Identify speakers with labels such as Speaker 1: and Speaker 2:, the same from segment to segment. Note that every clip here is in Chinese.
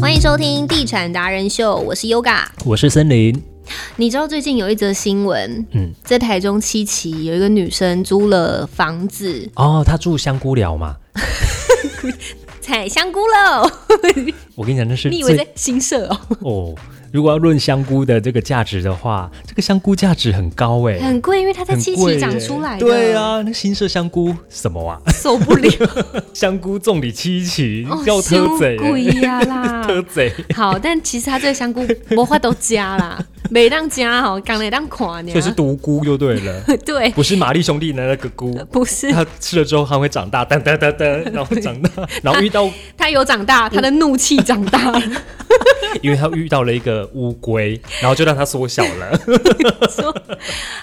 Speaker 1: 欢迎收听《地产达人秀》，我是 Yoga。
Speaker 2: 我是森林，
Speaker 1: 你知道最近有一则新闻，
Speaker 2: 嗯，
Speaker 1: 在台中七期有一个女生租了房子
Speaker 2: 哦，他住香菇寮嘛，
Speaker 1: 采香菇喽。
Speaker 2: 我 跟你讲，那是
Speaker 1: 你以为
Speaker 2: 最
Speaker 1: 在新社哦？
Speaker 2: 哦，如果要论香菇的这个价值的话，这个香菇价值很高哎、
Speaker 1: 很贵，因为它在
Speaker 2: 很
Speaker 1: 七
Speaker 2: 贵
Speaker 1: 期长
Speaker 2: 耶
Speaker 1: 出来的，
Speaker 2: 对，啊，那新社香菇什么啊？
Speaker 1: 受不了，
Speaker 2: 香菇重礼七期，
Speaker 1: 哦
Speaker 2: 要偷贼、
Speaker 1: 伤贵
Speaker 2: 欸，
Speaker 1: 呀啦。
Speaker 2: 偷 贼。
Speaker 1: 好，但其实它这个香菇无法都加 啦，每当加吼，刚来当款呢
Speaker 2: 所以。是独菇就对了，
Speaker 1: 对，
Speaker 2: 不是玛丽兄弟的那个菇。
Speaker 1: 不是
Speaker 2: 它吃了之后它会长大，噔噔噔 噔，然后长大，然后遇到，
Speaker 1: 它有长大，它的怒气长大 了。
Speaker 2: 因为它遇到了一个乌龟，然后就让它缩小了。
Speaker 1: 说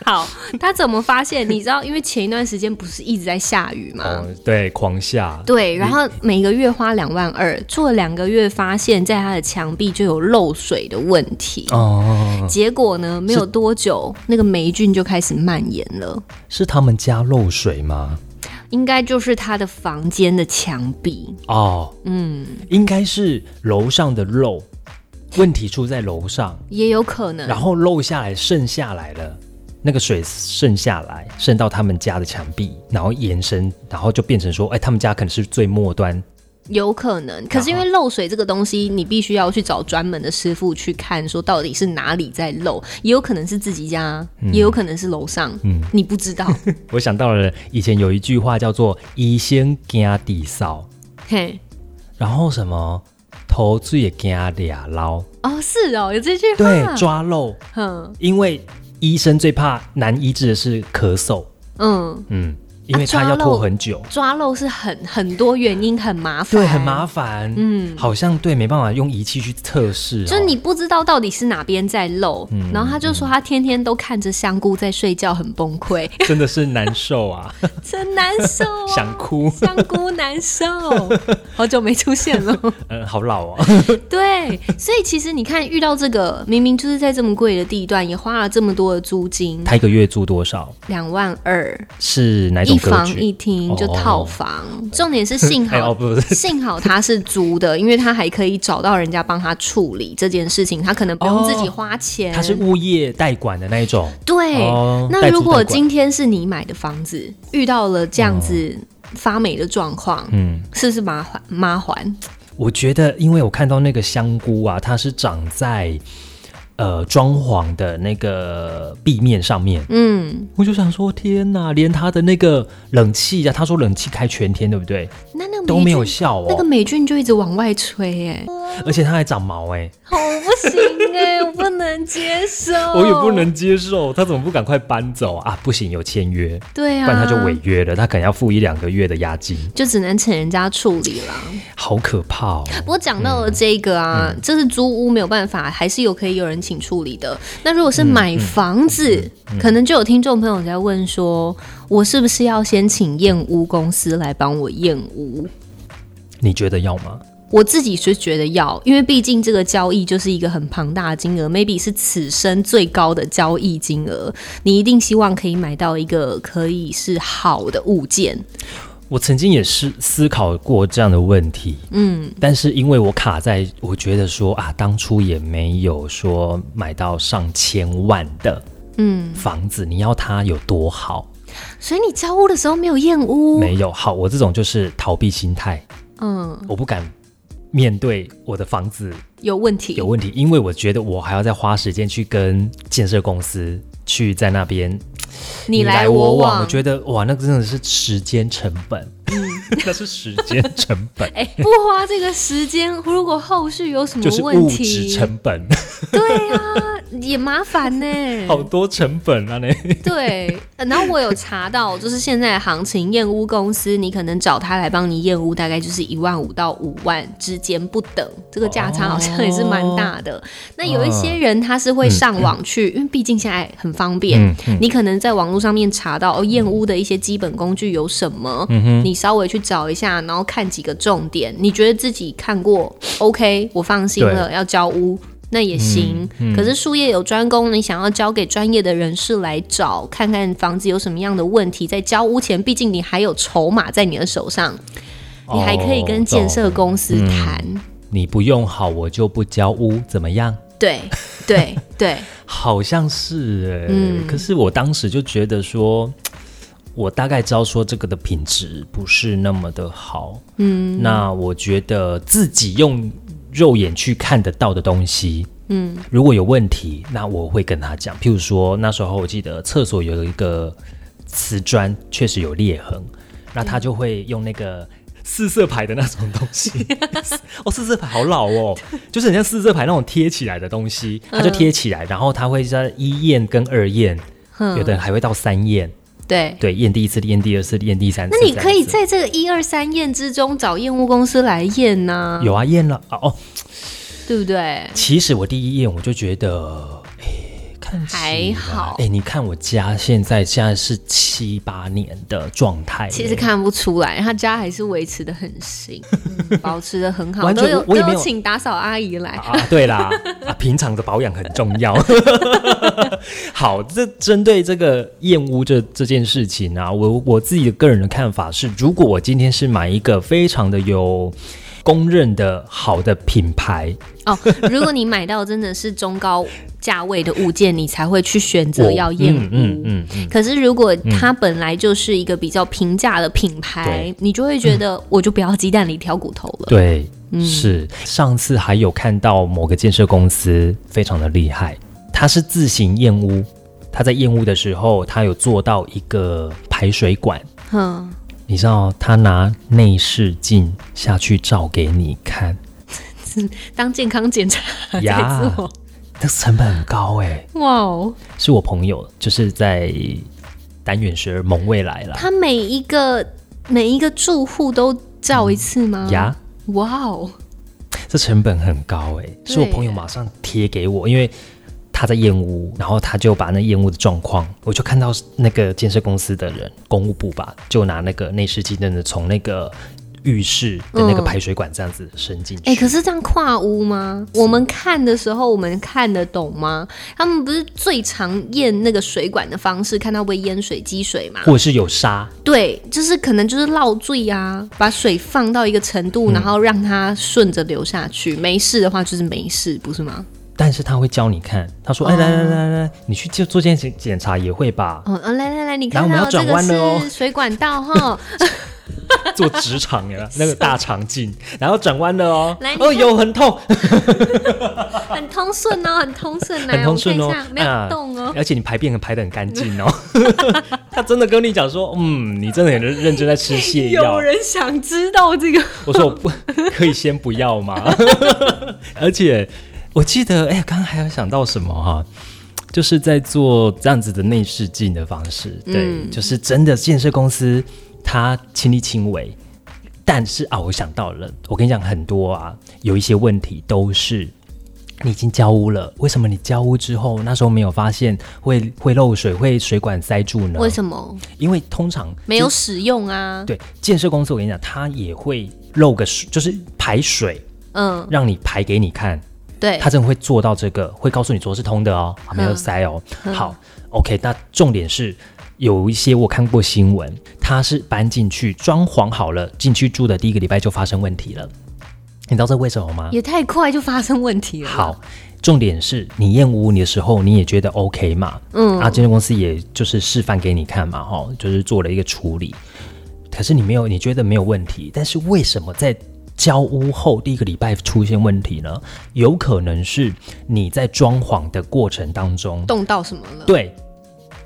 Speaker 1: 好，它怎么发现？你知道，因为前一段时间不是一直在下雨吗？
Speaker 2: 哦，对，狂下，
Speaker 1: 对，然后每个月花两万二，做了两个月，发现在它的墙壁就有漏水的问题。
Speaker 2: 哦，
Speaker 1: 结果呢，没有多久，那个霉菌就开始蔓延了，
Speaker 2: 是他们家漏水吗？
Speaker 1: 应该就是他的房间的墙壁。
Speaker 2: 哦，
Speaker 1: 嗯，
Speaker 2: 应该是楼上的漏，问题出在楼上，
Speaker 1: 也有可能
Speaker 2: 然。后漏下来渗下来了，那个水渗下来，渗到他们家的墙壁，然后延伸，然后就变成说，哎，他们家可能是最末端，
Speaker 1: 有可能，可是因为漏水这个东西，你必须要去找专门的师傅去看，说到底是哪里在漏，也有可能是自己家，也有可能是楼上，
Speaker 2: 嗯
Speaker 1: 你不 知道。
Speaker 2: 我想到了以前有一句话叫做“医先惊地扫
Speaker 1: 嘿，”，
Speaker 2: 然后什么头最也惊俩捞，
Speaker 1: 哦，是哦，有这句话。
Speaker 2: 对，抓漏，
Speaker 1: 嗯
Speaker 2: 因为医生最怕难医治的是咳嗽，
Speaker 1: 嗯，
Speaker 2: 嗯，因为他
Speaker 1: 抓
Speaker 2: 要
Speaker 1: 漏
Speaker 2: 拖很久。
Speaker 1: 抓漏是很很多原因，很麻烦，
Speaker 2: 对，很麻烦。
Speaker 1: 嗯
Speaker 2: 嗯，好像对，没办法用仪器去测试、哦。
Speaker 1: 就是你不知道到底是哪边在漏，
Speaker 2: 嗯
Speaker 1: 然后他就说他天天都看着香菇在睡觉，很崩溃，
Speaker 2: 真的是难受 啊，
Speaker 1: 真难受啊！
Speaker 2: 想哭。
Speaker 1: 香菇难受， 好久没出现了。
Speaker 2: 嗯，好老哦。
Speaker 1: 对，所以其实你看，遇到这个明明就是在这么贵的地段，也花了这么多的租金，
Speaker 2: 他一个月租多少？
Speaker 1: 两万二，
Speaker 2: 是哪
Speaker 1: 一
Speaker 2: 种格
Speaker 1: 房
Speaker 2: 局？哦
Speaker 1: 一厅就套房。重点是幸
Speaker 2: 哎哦，
Speaker 1: 好。
Speaker 2: 不 是，
Speaker 1: 幸好他是租的，因为他还可以找到人家帮他处理这件事情，他可能不用自己花钱。
Speaker 2: 哦他是物业代管的那一种。
Speaker 1: 对，
Speaker 2: 哦
Speaker 1: 那
Speaker 2: 代租
Speaker 1: 如果
Speaker 2: 代管
Speaker 1: 今天是你买的房子遇到了这样子发霉的状况，
Speaker 2: 哦嗯，
Speaker 1: 是不是麻烦麻烦？
Speaker 2: 我觉得，因为我看到那个香菇啊，它是长在呃装潢的那个壁面上面，
Speaker 1: 嗯，
Speaker 2: 我就想说，天哪，连它的那个冷气啊，他说冷气开全天，对不对？
Speaker 1: 那那个
Speaker 2: 都没有
Speaker 1: 霉菌
Speaker 2: 效哦。
Speaker 1: 嗯那个霉菌就一直往外吹、耶。
Speaker 2: 而且它还长毛哎、
Speaker 1: 好我不行哎、我不能接受，
Speaker 2: 我也不。能接受，他怎么不赶快搬走啊？不行，有签约，
Speaker 1: 对
Speaker 2: 不
Speaker 1: 啊，
Speaker 2: 然他就违，约了，他可能要付一两个月的押金，
Speaker 1: 就只能请人家处理了。
Speaker 2: 好可怕哦！
Speaker 1: 不过讲到了这个啊，
Speaker 2: 嗯
Speaker 1: 这是租屋没有办法，还是有可以有人请处理的。那如果
Speaker 2: 嗯
Speaker 1: 是买房子，可能就有听众朋友在问说，我是不是要先请验屋公司来帮我验屋？
Speaker 2: 你觉得要吗？
Speaker 1: 我自己是觉得要，因为毕竟这个交易就是一个很庞大的金额，maybe 是此生最高的交易金额。你一定希望可以买到一个可以是好的物件，
Speaker 2: 我曾经也是思考过这样的问题，嗯，但是因为我卡在，我觉得说啊，当初也没有说买到上千万的，嗯，房子，你要它有多好？
Speaker 1: 所以你交屋的时候没有验屋，
Speaker 2: 没有好，我这种就是逃避心态，
Speaker 1: 嗯，
Speaker 2: 我不敢面对我的房子
Speaker 1: 有问题，
Speaker 2: 有问题，因为我觉得我还要再花时间去跟建设公司去在那边
Speaker 1: 你
Speaker 2: 来
Speaker 1: 来
Speaker 2: 我
Speaker 1: 往，，
Speaker 2: 我觉得哇，那个真的是时间成本， 那是时间成本
Speaker 1: 哎、不花这个时间，如果后续有什么
Speaker 2: 就是
Speaker 1: 问
Speaker 2: 物质
Speaker 1: 题，嗯
Speaker 2: 成本，
Speaker 1: 对啊，也麻烦呢、
Speaker 2: 好多成本啊！呢，
Speaker 1: 对， 呃然后我有查到，就是现在的行情，验屋公司你可能找他来帮你验屋，大概就是一万五到五万之间不等，这个价差好像也是蛮大的。那有一些人他是会上网去，因为毕竟现在很方便，
Speaker 2: 嗯嗯
Speaker 1: 你可能在网络上面查到哦，验屋的一些基本工具有什么，
Speaker 2: 嗯
Speaker 1: 你稍微去找一下，然后看几个重点，你觉得自己看过 OK，我放心了，要交屋。那也行。
Speaker 2: 嗯
Speaker 1: 可是术业有专攻，你想要交给专业的人士来找，看看房子有什么样的问题，在交屋前，毕竟你还有筹码在你的手上，你还可以跟建设公司谈。
Speaker 2: 哦你不用好我就不交屋，怎么样？
Speaker 1: 对对对，
Speaker 2: 好像是哎、可是我当时就觉得说，我大概知道说这个的品质不是那么的好。嗯，那我觉得自己用肉眼去看得到的东西，嗯，如果有问题，那我会跟他讲。譬如说那时候我记得厕所有一个瓷砖确实有裂痕，那他就会用那个。四色牌的那种东西， 哦，四色牌好老哦， 就是很像四色牌那种贴起来的东西，它就贴起来，然后它会在一验跟二验，
Speaker 1: 嗯
Speaker 2: 有的人还会到三验，
Speaker 1: 对。
Speaker 2: 对，验第一次、验第二次、验第三次
Speaker 1: 那
Speaker 2: 这样
Speaker 1: 你
Speaker 2: 子。
Speaker 1: 可以在这个一二三验之中找验屋公司来验呐、
Speaker 2: 有啊，验了啊哦。
Speaker 1: 对不对？
Speaker 2: 其实我第一验我就觉得，哎，看起来
Speaker 1: 还好
Speaker 2: 哎，你看我家现在现在是七八年的状态，
Speaker 1: 其实
Speaker 2: 哎
Speaker 1: 看不出来，他家还是维持的很 新，嗯保持的很好，
Speaker 2: 完全
Speaker 1: 都有都
Speaker 2: 我也没有
Speaker 1: 有请打扫阿姨来。
Speaker 2: 啊，对啦，啊，平常的保养很重要。 好，这针对这个燕屋这这件事情啊，我我自己的个人的看法是，如果我今天是买一个非常的有公认的好的品牌，
Speaker 1: 哦，如果你买到真的是中高价位的物件，你才会去选择
Speaker 2: 我
Speaker 1: 要验屋。
Speaker 2: 嗯嗯嗯
Speaker 1: 可是如果它本来就是一个比较平价的品牌
Speaker 2: 对，
Speaker 1: 你就会觉 得我就不要鸡蛋里挑骨头了。
Speaker 2: 对，是上次还有看到某个建设公司非常的厉害，它是自行验屋，它在验屋的时候，它有做到一个排水管。
Speaker 1: 哼，
Speaker 2: 你知道他拿内视镜下去照给你 看，
Speaker 1: 当健康检查
Speaker 2: 呀
Speaker 1: 在做。
Speaker 2: 那成本很高哎、
Speaker 1: 哇哦，
Speaker 2: 是我朋友就是在单元十二萌未来啦，
Speaker 1: 他每一个每一个住户都照一次吗？
Speaker 2: 呀，
Speaker 1: 哇哦，
Speaker 2: 这成本很高哎、
Speaker 1: 对
Speaker 2: 是我朋友马上贴给我，因为。他在验屋，然后他就把那验屋的状况，我就看到那个建设公司的人，公务部吧，就拿那个内视镜，真的从那个浴室的那个
Speaker 1: 嗯
Speaker 2: 排水管这样子伸进去。
Speaker 1: 哎、可是这样跨屋吗？我们看的时候，我们看得懂吗？他们不是最常验那个水管的方式，看到会淹水、积水嘛？
Speaker 2: 或者是有沙，
Speaker 1: 对，就是可能就是绕坠啊，把水放到一个程
Speaker 2: 嗯
Speaker 1: 度，然后让它顺着流下去。没事的话就是没事，不是吗？
Speaker 2: 但是他会教你看，他说：“哎、来来来来，你去就做健检检查也会 吧，
Speaker 1: 哦，呃来来来，你看
Speaker 2: 然后我们要
Speaker 1: 到这
Speaker 2: 转弯了哦
Speaker 1: 个是水管道哈，
Speaker 2: 做直肠呀，那个大肠 镜，然后转弯了哦
Speaker 1: 来，你
Speaker 2: 哦
Speaker 1: 看
Speaker 2: 有很痛，
Speaker 1: 很通顺哦，很通顺来，
Speaker 2: 很通顺
Speaker 1: 我
Speaker 2: 哦
Speaker 1: 们看一下，没有动哦。
Speaker 2: 而且你排便排的很干 净哦。他真的跟你讲说，嗯，你真的很认认真在吃泻 药
Speaker 1: 有。人想知道这个？
Speaker 2: 我说我不可以先不要吗？ 而且我记得，哎、刚刚还有想到什么哈、就是在做这样子的内视镜的方式，对，
Speaker 1: 嗯
Speaker 2: 就是真的建设公司它亲力亲为。但是啊，我想到了，我跟你讲，很多啊，有一些问题都是你已经交屋了，为什么你交屋之后那时候没有发现会会漏水、会水管塞住 呢？
Speaker 1: 为什么
Speaker 2: 因为通常
Speaker 1: 没有使用啊？
Speaker 2: 对建设公司，我跟你讲，它也会漏个水，就是排水，
Speaker 1: 嗯，
Speaker 2: 让你排给你看，
Speaker 1: 对
Speaker 2: 它，真的会做到这个，会告诉你说是通的哦，没有塞哦。好，OK，那重点是有一些我看过新闻，它是搬进去装潢好了，进去住的第一个礼拜就发生问题了，你知道这为什么吗？
Speaker 1: 也太快就发生问题了。
Speaker 2: 好，重点是你验屋你的时候，你也觉得 OK 嘛？嗯，啊，建设公司也就是示范给你看嘛，哈，就是做了一个处理。可是你没有，你觉得没有问题，但是为什么在交屋后第一个礼拜出现问题呢？有可能是你在装潢的过程当中，
Speaker 1: 动到什么了？
Speaker 2: 对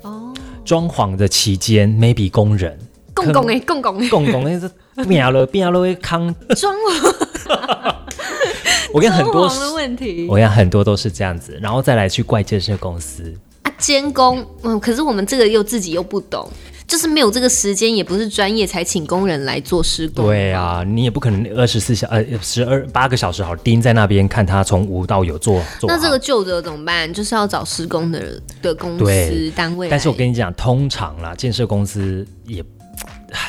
Speaker 1: 哦，
Speaker 2: 装潢的期间，maybe 工人
Speaker 1: 公公哎，公公哎，
Speaker 2: 公公那是变了变了会康，
Speaker 1: 装潢
Speaker 2: 我跟
Speaker 1: 欸装
Speaker 2: 很多
Speaker 1: 潢的问题
Speaker 2: 我跟很多都是这样子，然后再来去怪建设公司，
Speaker 1: 啊，监工，嗯，可是我们这个又自己又不懂，就是没有这个时间，也不是专业才请工人来做施工。
Speaker 2: 对啊，你也不可能二十四小呃十二八个小时好盯在那边看他从无到有做做好。
Speaker 1: 那这个旧的怎么办？就是要找施工的的公司
Speaker 2: 对
Speaker 1: 单位来。
Speaker 2: 但是我跟你讲，通常啦，建设公司也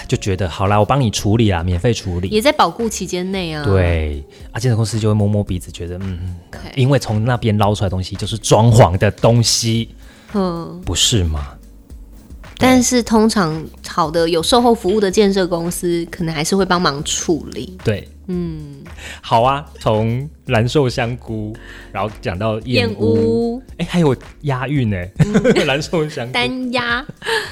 Speaker 2: 就觉得好啦，我帮你处理啦，免费处理。
Speaker 1: 也在保固期间内啊。
Speaker 2: 对啊，建设公司就会摸摸鼻子，觉得嗯，
Speaker 1: OK，
Speaker 2: 因为从那边捞出来的东西就是装潢的东西，
Speaker 1: 嗯，
Speaker 2: 不是吗？
Speaker 1: 但是通常好的有售后服务的建设公司，可能还是会帮忙处理。
Speaker 2: 对，嗯，好啊，从蓝瘦香菇，然后讲到燕
Speaker 1: 燕
Speaker 2: 屋，
Speaker 1: 屋、嗯
Speaker 2: 哎、还有押韵呢、 蓝瘦香菇
Speaker 1: 单压，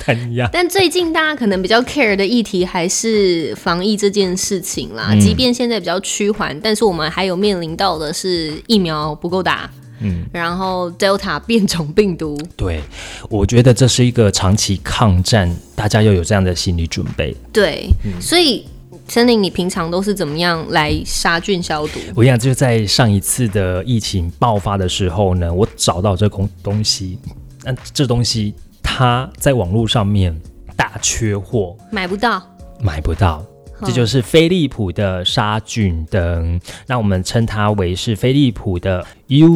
Speaker 2: 单押，
Speaker 1: 但最近大家可能比较 care 的议题还是防疫这件事情
Speaker 2: 嗯
Speaker 1: 啦。即便现在比较趋缓，但是我们还有面临到的是疫苗不够打，
Speaker 2: 嗯，
Speaker 1: 然后 Delta 变种病毒，
Speaker 2: 对，我觉得这是一个长期抗战，大家要有这样的心理准备。
Speaker 1: 对，所以森林，你平常都是怎么样来杀菌消毒？
Speaker 2: 我想就在上一次的疫情爆发的时候呢，我找到这东东西，但这东西它在网络上面大缺货，
Speaker 1: 买不到，
Speaker 2: 买不到。
Speaker 1: 嗯
Speaker 2: 这就是飞利浦的杀菌灯，那我们称它为是飞利浦的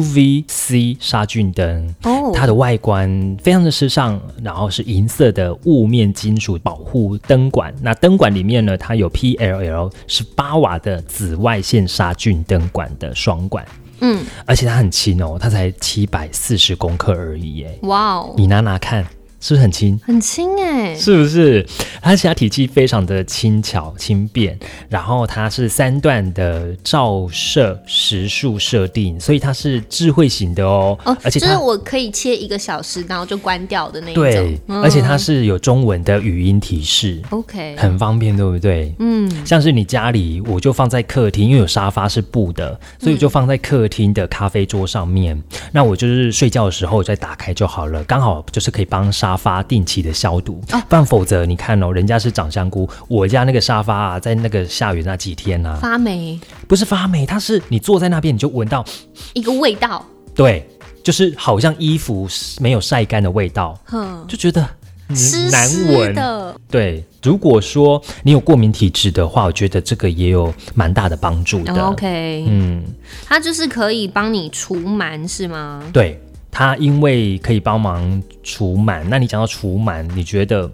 Speaker 2: UVC 杀菌灯。
Speaker 1: 哦
Speaker 2: 它的外观非常的时尚，然后是银色的雾面金属保护灯管。那灯管里面呢，它有 PLL 十八瓦的紫外线杀菌灯管的双管，
Speaker 1: 嗯，
Speaker 2: 而且它很轻哦，它才七百四十公克而已耶。
Speaker 1: 哇哦，
Speaker 2: 你拿拿看，是不是很轻？
Speaker 1: 很轻哎、
Speaker 2: 是不是？而且它体积非常的轻巧轻便，然后它是三段的照射时数设定，所以它是智慧型的哦。
Speaker 1: 哦，
Speaker 2: 而且
Speaker 1: 就
Speaker 2: 它
Speaker 1: 是我可以切一个小时，然后就关掉的那一种。
Speaker 2: 对，
Speaker 1: 嗯
Speaker 2: 而且它是有中文的语音提示，
Speaker 1: OK，
Speaker 2: 很方便，对不对？
Speaker 1: 嗯，
Speaker 2: 嗯像是你家里，我就放在客厅，因为有沙发是布的，所以我就放在客厅的咖啡桌上面。那我就是睡觉的时候再打开就好了，刚好就是可以帮沙发定期的消毒。哦不然否则你看哦，人家是长香菇，我家那个沙发啊，在那个下雨那几天啊，
Speaker 1: 发霉
Speaker 2: 不是发霉，它是你坐在那边你就闻到，
Speaker 1: 一个味道，
Speaker 2: 对，就是好像衣服没有晒干的味道，
Speaker 1: 哼，
Speaker 2: 就觉得。嗯
Speaker 1: 湿
Speaker 2: 难
Speaker 1: 湿
Speaker 2: 闻
Speaker 1: 的，
Speaker 2: 对，如果说你有过敏体质的话，我觉得这个也有蛮大的帮助的。
Speaker 1: 然后哦 OK，、
Speaker 2: 嗯，
Speaker 1: 它就是可以帮你除螨是吗？
Speaker 2: 对，它因为可以帮忙除螨。那你讲到除螨，你觉得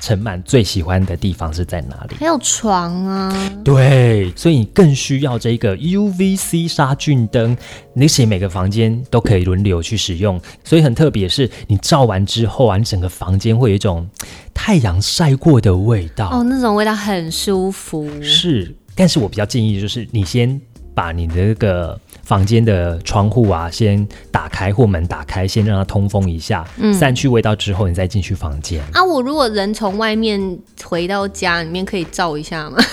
Speaker 2: 尘螨最喜欢的地方是在哪里？
Speaker 1: 还有床啊，
Speaker 2: 对，所以你更需要这个 UVC 杀菌灯，而且每个房间都可以轮流去使用。所以很特别是，你照完之后啊，你整个房间会有一种太阳晒过的味道。
Speaker 1: 哦，那种味道很舒服。
Speaker 2: 是，但是我比较建议就是你先把你的那个房间的窗户啊先打开或门打开，先让它通风一下，散去味道之后，你再进去房间。
Speaker 1: 啊，我如果人从外面回到家里面，可以照一下吗？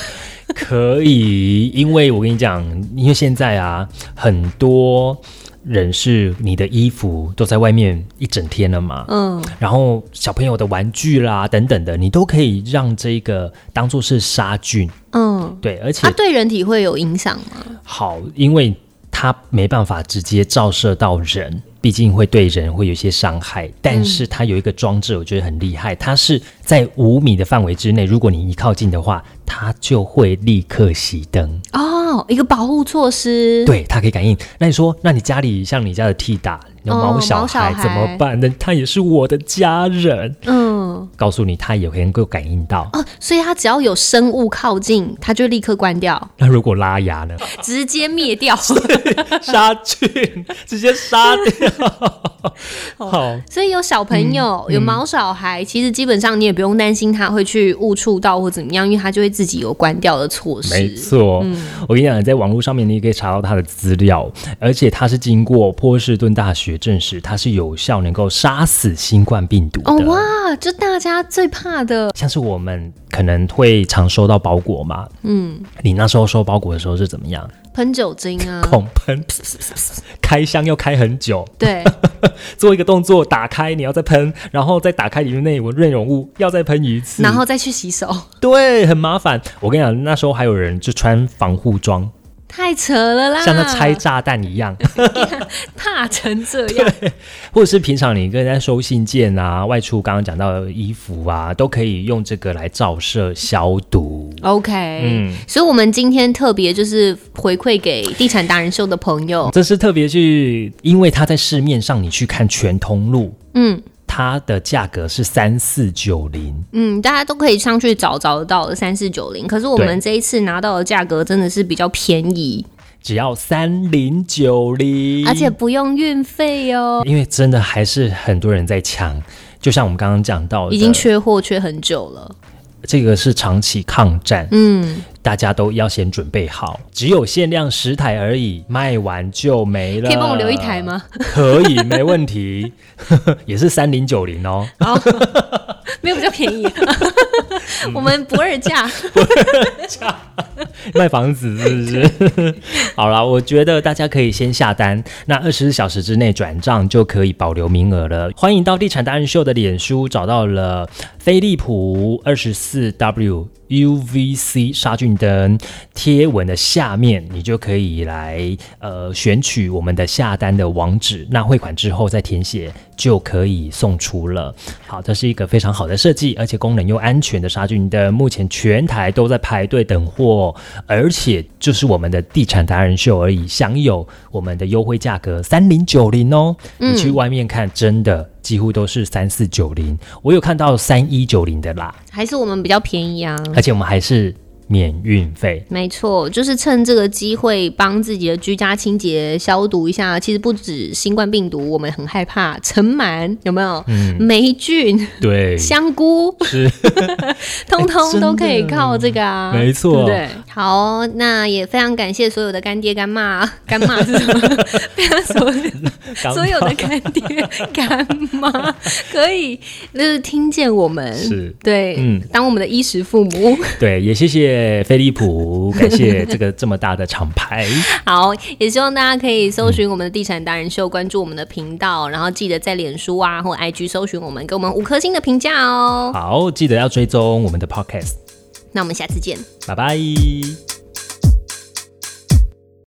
Speaker 2: 可以，因为我跟你讲，因为现在啊，很多人是你的衣服都在外面一整天了嘛，
Speaker 1: 嗯，
Speaker 2: 然后小朋友的玩具啦等等的，你都可以让这个当做是杀菌，
Speaker 1: 嗯，
Speaker 2: 对，而且
Speaker 1: 它、对人体会有影响吗？
Speaker 2: 好，因为它没办法直接照射到人，毕竟会对人会有一些伤害。但
Speaker 1: 嗯
Speaker 2: 是它有一个装置，我觉得很厉害，它是在五米的范围之内，如果你一靠近的话，它就会立刻熄灯。
Speaker 1: 哦，一个保护措施。
Speaker 2: 对，它可以感应。那你说，那你家里像你家的 T 打有
Speaker 1: 哦
Speaker 2: 毛小
Speaker 1: 毛小
Speaker 2: 孩怎么
Speaker 1: 孩
Speaker 2: 办呢？他也是我的家人，
Speaker 1: 嗯，
Speaker 2: 告诉你，他也能够感应到。
Speaker 1: 哦，所以它只要有生物靠近，它就立刻关掉，
Speaker 2: 那如果拉牙 呢？
Speaker 1: 直接灭掉。
Speaker 2: 杀菌，直接杀 掉。好，
Speaker 1: 所以有小朋友、
Speaker 2: 嗯
Speaker 1: 有毛小孩，其实基本上你也不用担心他会去误触到或怎么样，因为他就会自己有关掉的措
Speaker 2: 没
Speaker 1: 施。
Speaker 2: 错，我跟你讲，在网络上面你也可以查到它的资料，而且它是经过波士顿大学证实，它是有效能够杀死新冠病毒的。
Speaker 1: 哦哇，就大家最怕的，
Speaker 2: 像是我们可能会常收到包裹嘛，
Speaker 1: 嗯，
Speaker 2: 你那时候收包裹的时候是怎么样？
Speaker 1: 喷酒精 啊，
Speaker 2: 孔喷，开箱要开很久，
Speaker 1: 对，
Speaker 2: 做一个动作打开，你要再喷，然后再打开里面内容内容物，要再喷一次，
Speaker 1: 然后再去洗手，
Speaker 2: 对，很麻烦。我跟你讲，那时候还有人就穿防护 装，
Speaker 1: 太扯了啦，
Speaker 2: 像那拆炸弹一样。
Speaker 1: 怕成这样，
Speaker 2: 或者是平常你跟人家收信件啊、外出，刚刚讲到的衣服啊，都可以用这个来照射消毒。
Speaker 1: OK，
Speaker 2: 嗯
Speaker 1: 所以我们今天特别就是回馈给地产达人秀的朋友，
Speaker 2: 这是特别去，因为它在市面上你去看全通路，
Speaker 1: 嗯
Speaker 2: 它的价格是三四九零，
Speaker 1: 嗯，大家都可以上去找找得到的三四九零，可是我
Speaker 2: 对
Speaker 1: 们这一次拿到的价格真的是比较便宜，
Speaker 2: 只要三零九零，
Speaker 1: 而且不用运费哦。
Speaker 2: 因为真的还是很多人在抢。就像我们刚刚讲到的，
Speaker 1: 已经缺货缺很久了。
Speaker 2: 这个是长期抗战，
Speaker 1: 嗯，
Speaker 2: 大家都要先准备好，只有限量十台而已，卖完就没了。
Speaker 1: 可以帮我留一台吗？
Speaker 2: 可以，没问题， 也是三零九零哦。
Speaker 1: 哦，没有比较便 宜，我们不二价，
Speaker 2: 卖房子是不是？ 好啦，我觉得大家可以先下单，那二十四小时之内转账就可以保留名额了。欢迎到地产达人秀的脸书找到了飞利浦二十四 W UVC 杀菌灯贴文的下面，你就可以来呃选取我们的下单的网址，那汇款之后再填写就可以送出了。好，这是一个非常好的设计，而且功能又安全的杀菌灯，目前全台都在排队等货，而且就是我们的地产达人秀而已，享有我们的优惠价格三零九零哦。你去外面看，真的几乎都是三四九零，我有看到三一九零的啦，
Speaker 1: 还是我们比较便宜啊？
Speaker 2: 而且我们还是免运费。
Speaker 1: 没错，就是趁这个机会帮自己的居家清洁消毒一下。其实不止新冠病毒，我们很害怕尘螨，有没有？霉菌、
Speaker 2: 对，
Speaker 1: 香菇，
Speaker 2: 哎是 哎
Speaker 1: 通通都可以
Speaker 2: 真的
Speaker 1: 靠这个啊。
Speaker 2: 没错
Speaker 1: 对不对？好，那也非常感谢所有的干爹干妈， 干妈是什么？非常所有的
Speaker 2: 刚
Speaker 1: 所有的干爹干妈可以就是听见我们，
Speaker 2: 是
Speaker 1: 对，
Speaker 2: 嗯
Speaker 1: 当我们的衣食父母。
Speaker 2: 对，也谢谢飞利浦，感谢这个这么大的厂牌。
Speaker 1: 好，也希望大家可以搜寻我们的地产达人秀，关注我们的频道，然后记得在脸书啊或 IG 搜寻我们，给我们五颗星的评价哦。
Speaker 2: 好，记得要追踪我们的 podcast，
Speaker 1: 那我们下次见。
Speaker 2: 拜拜。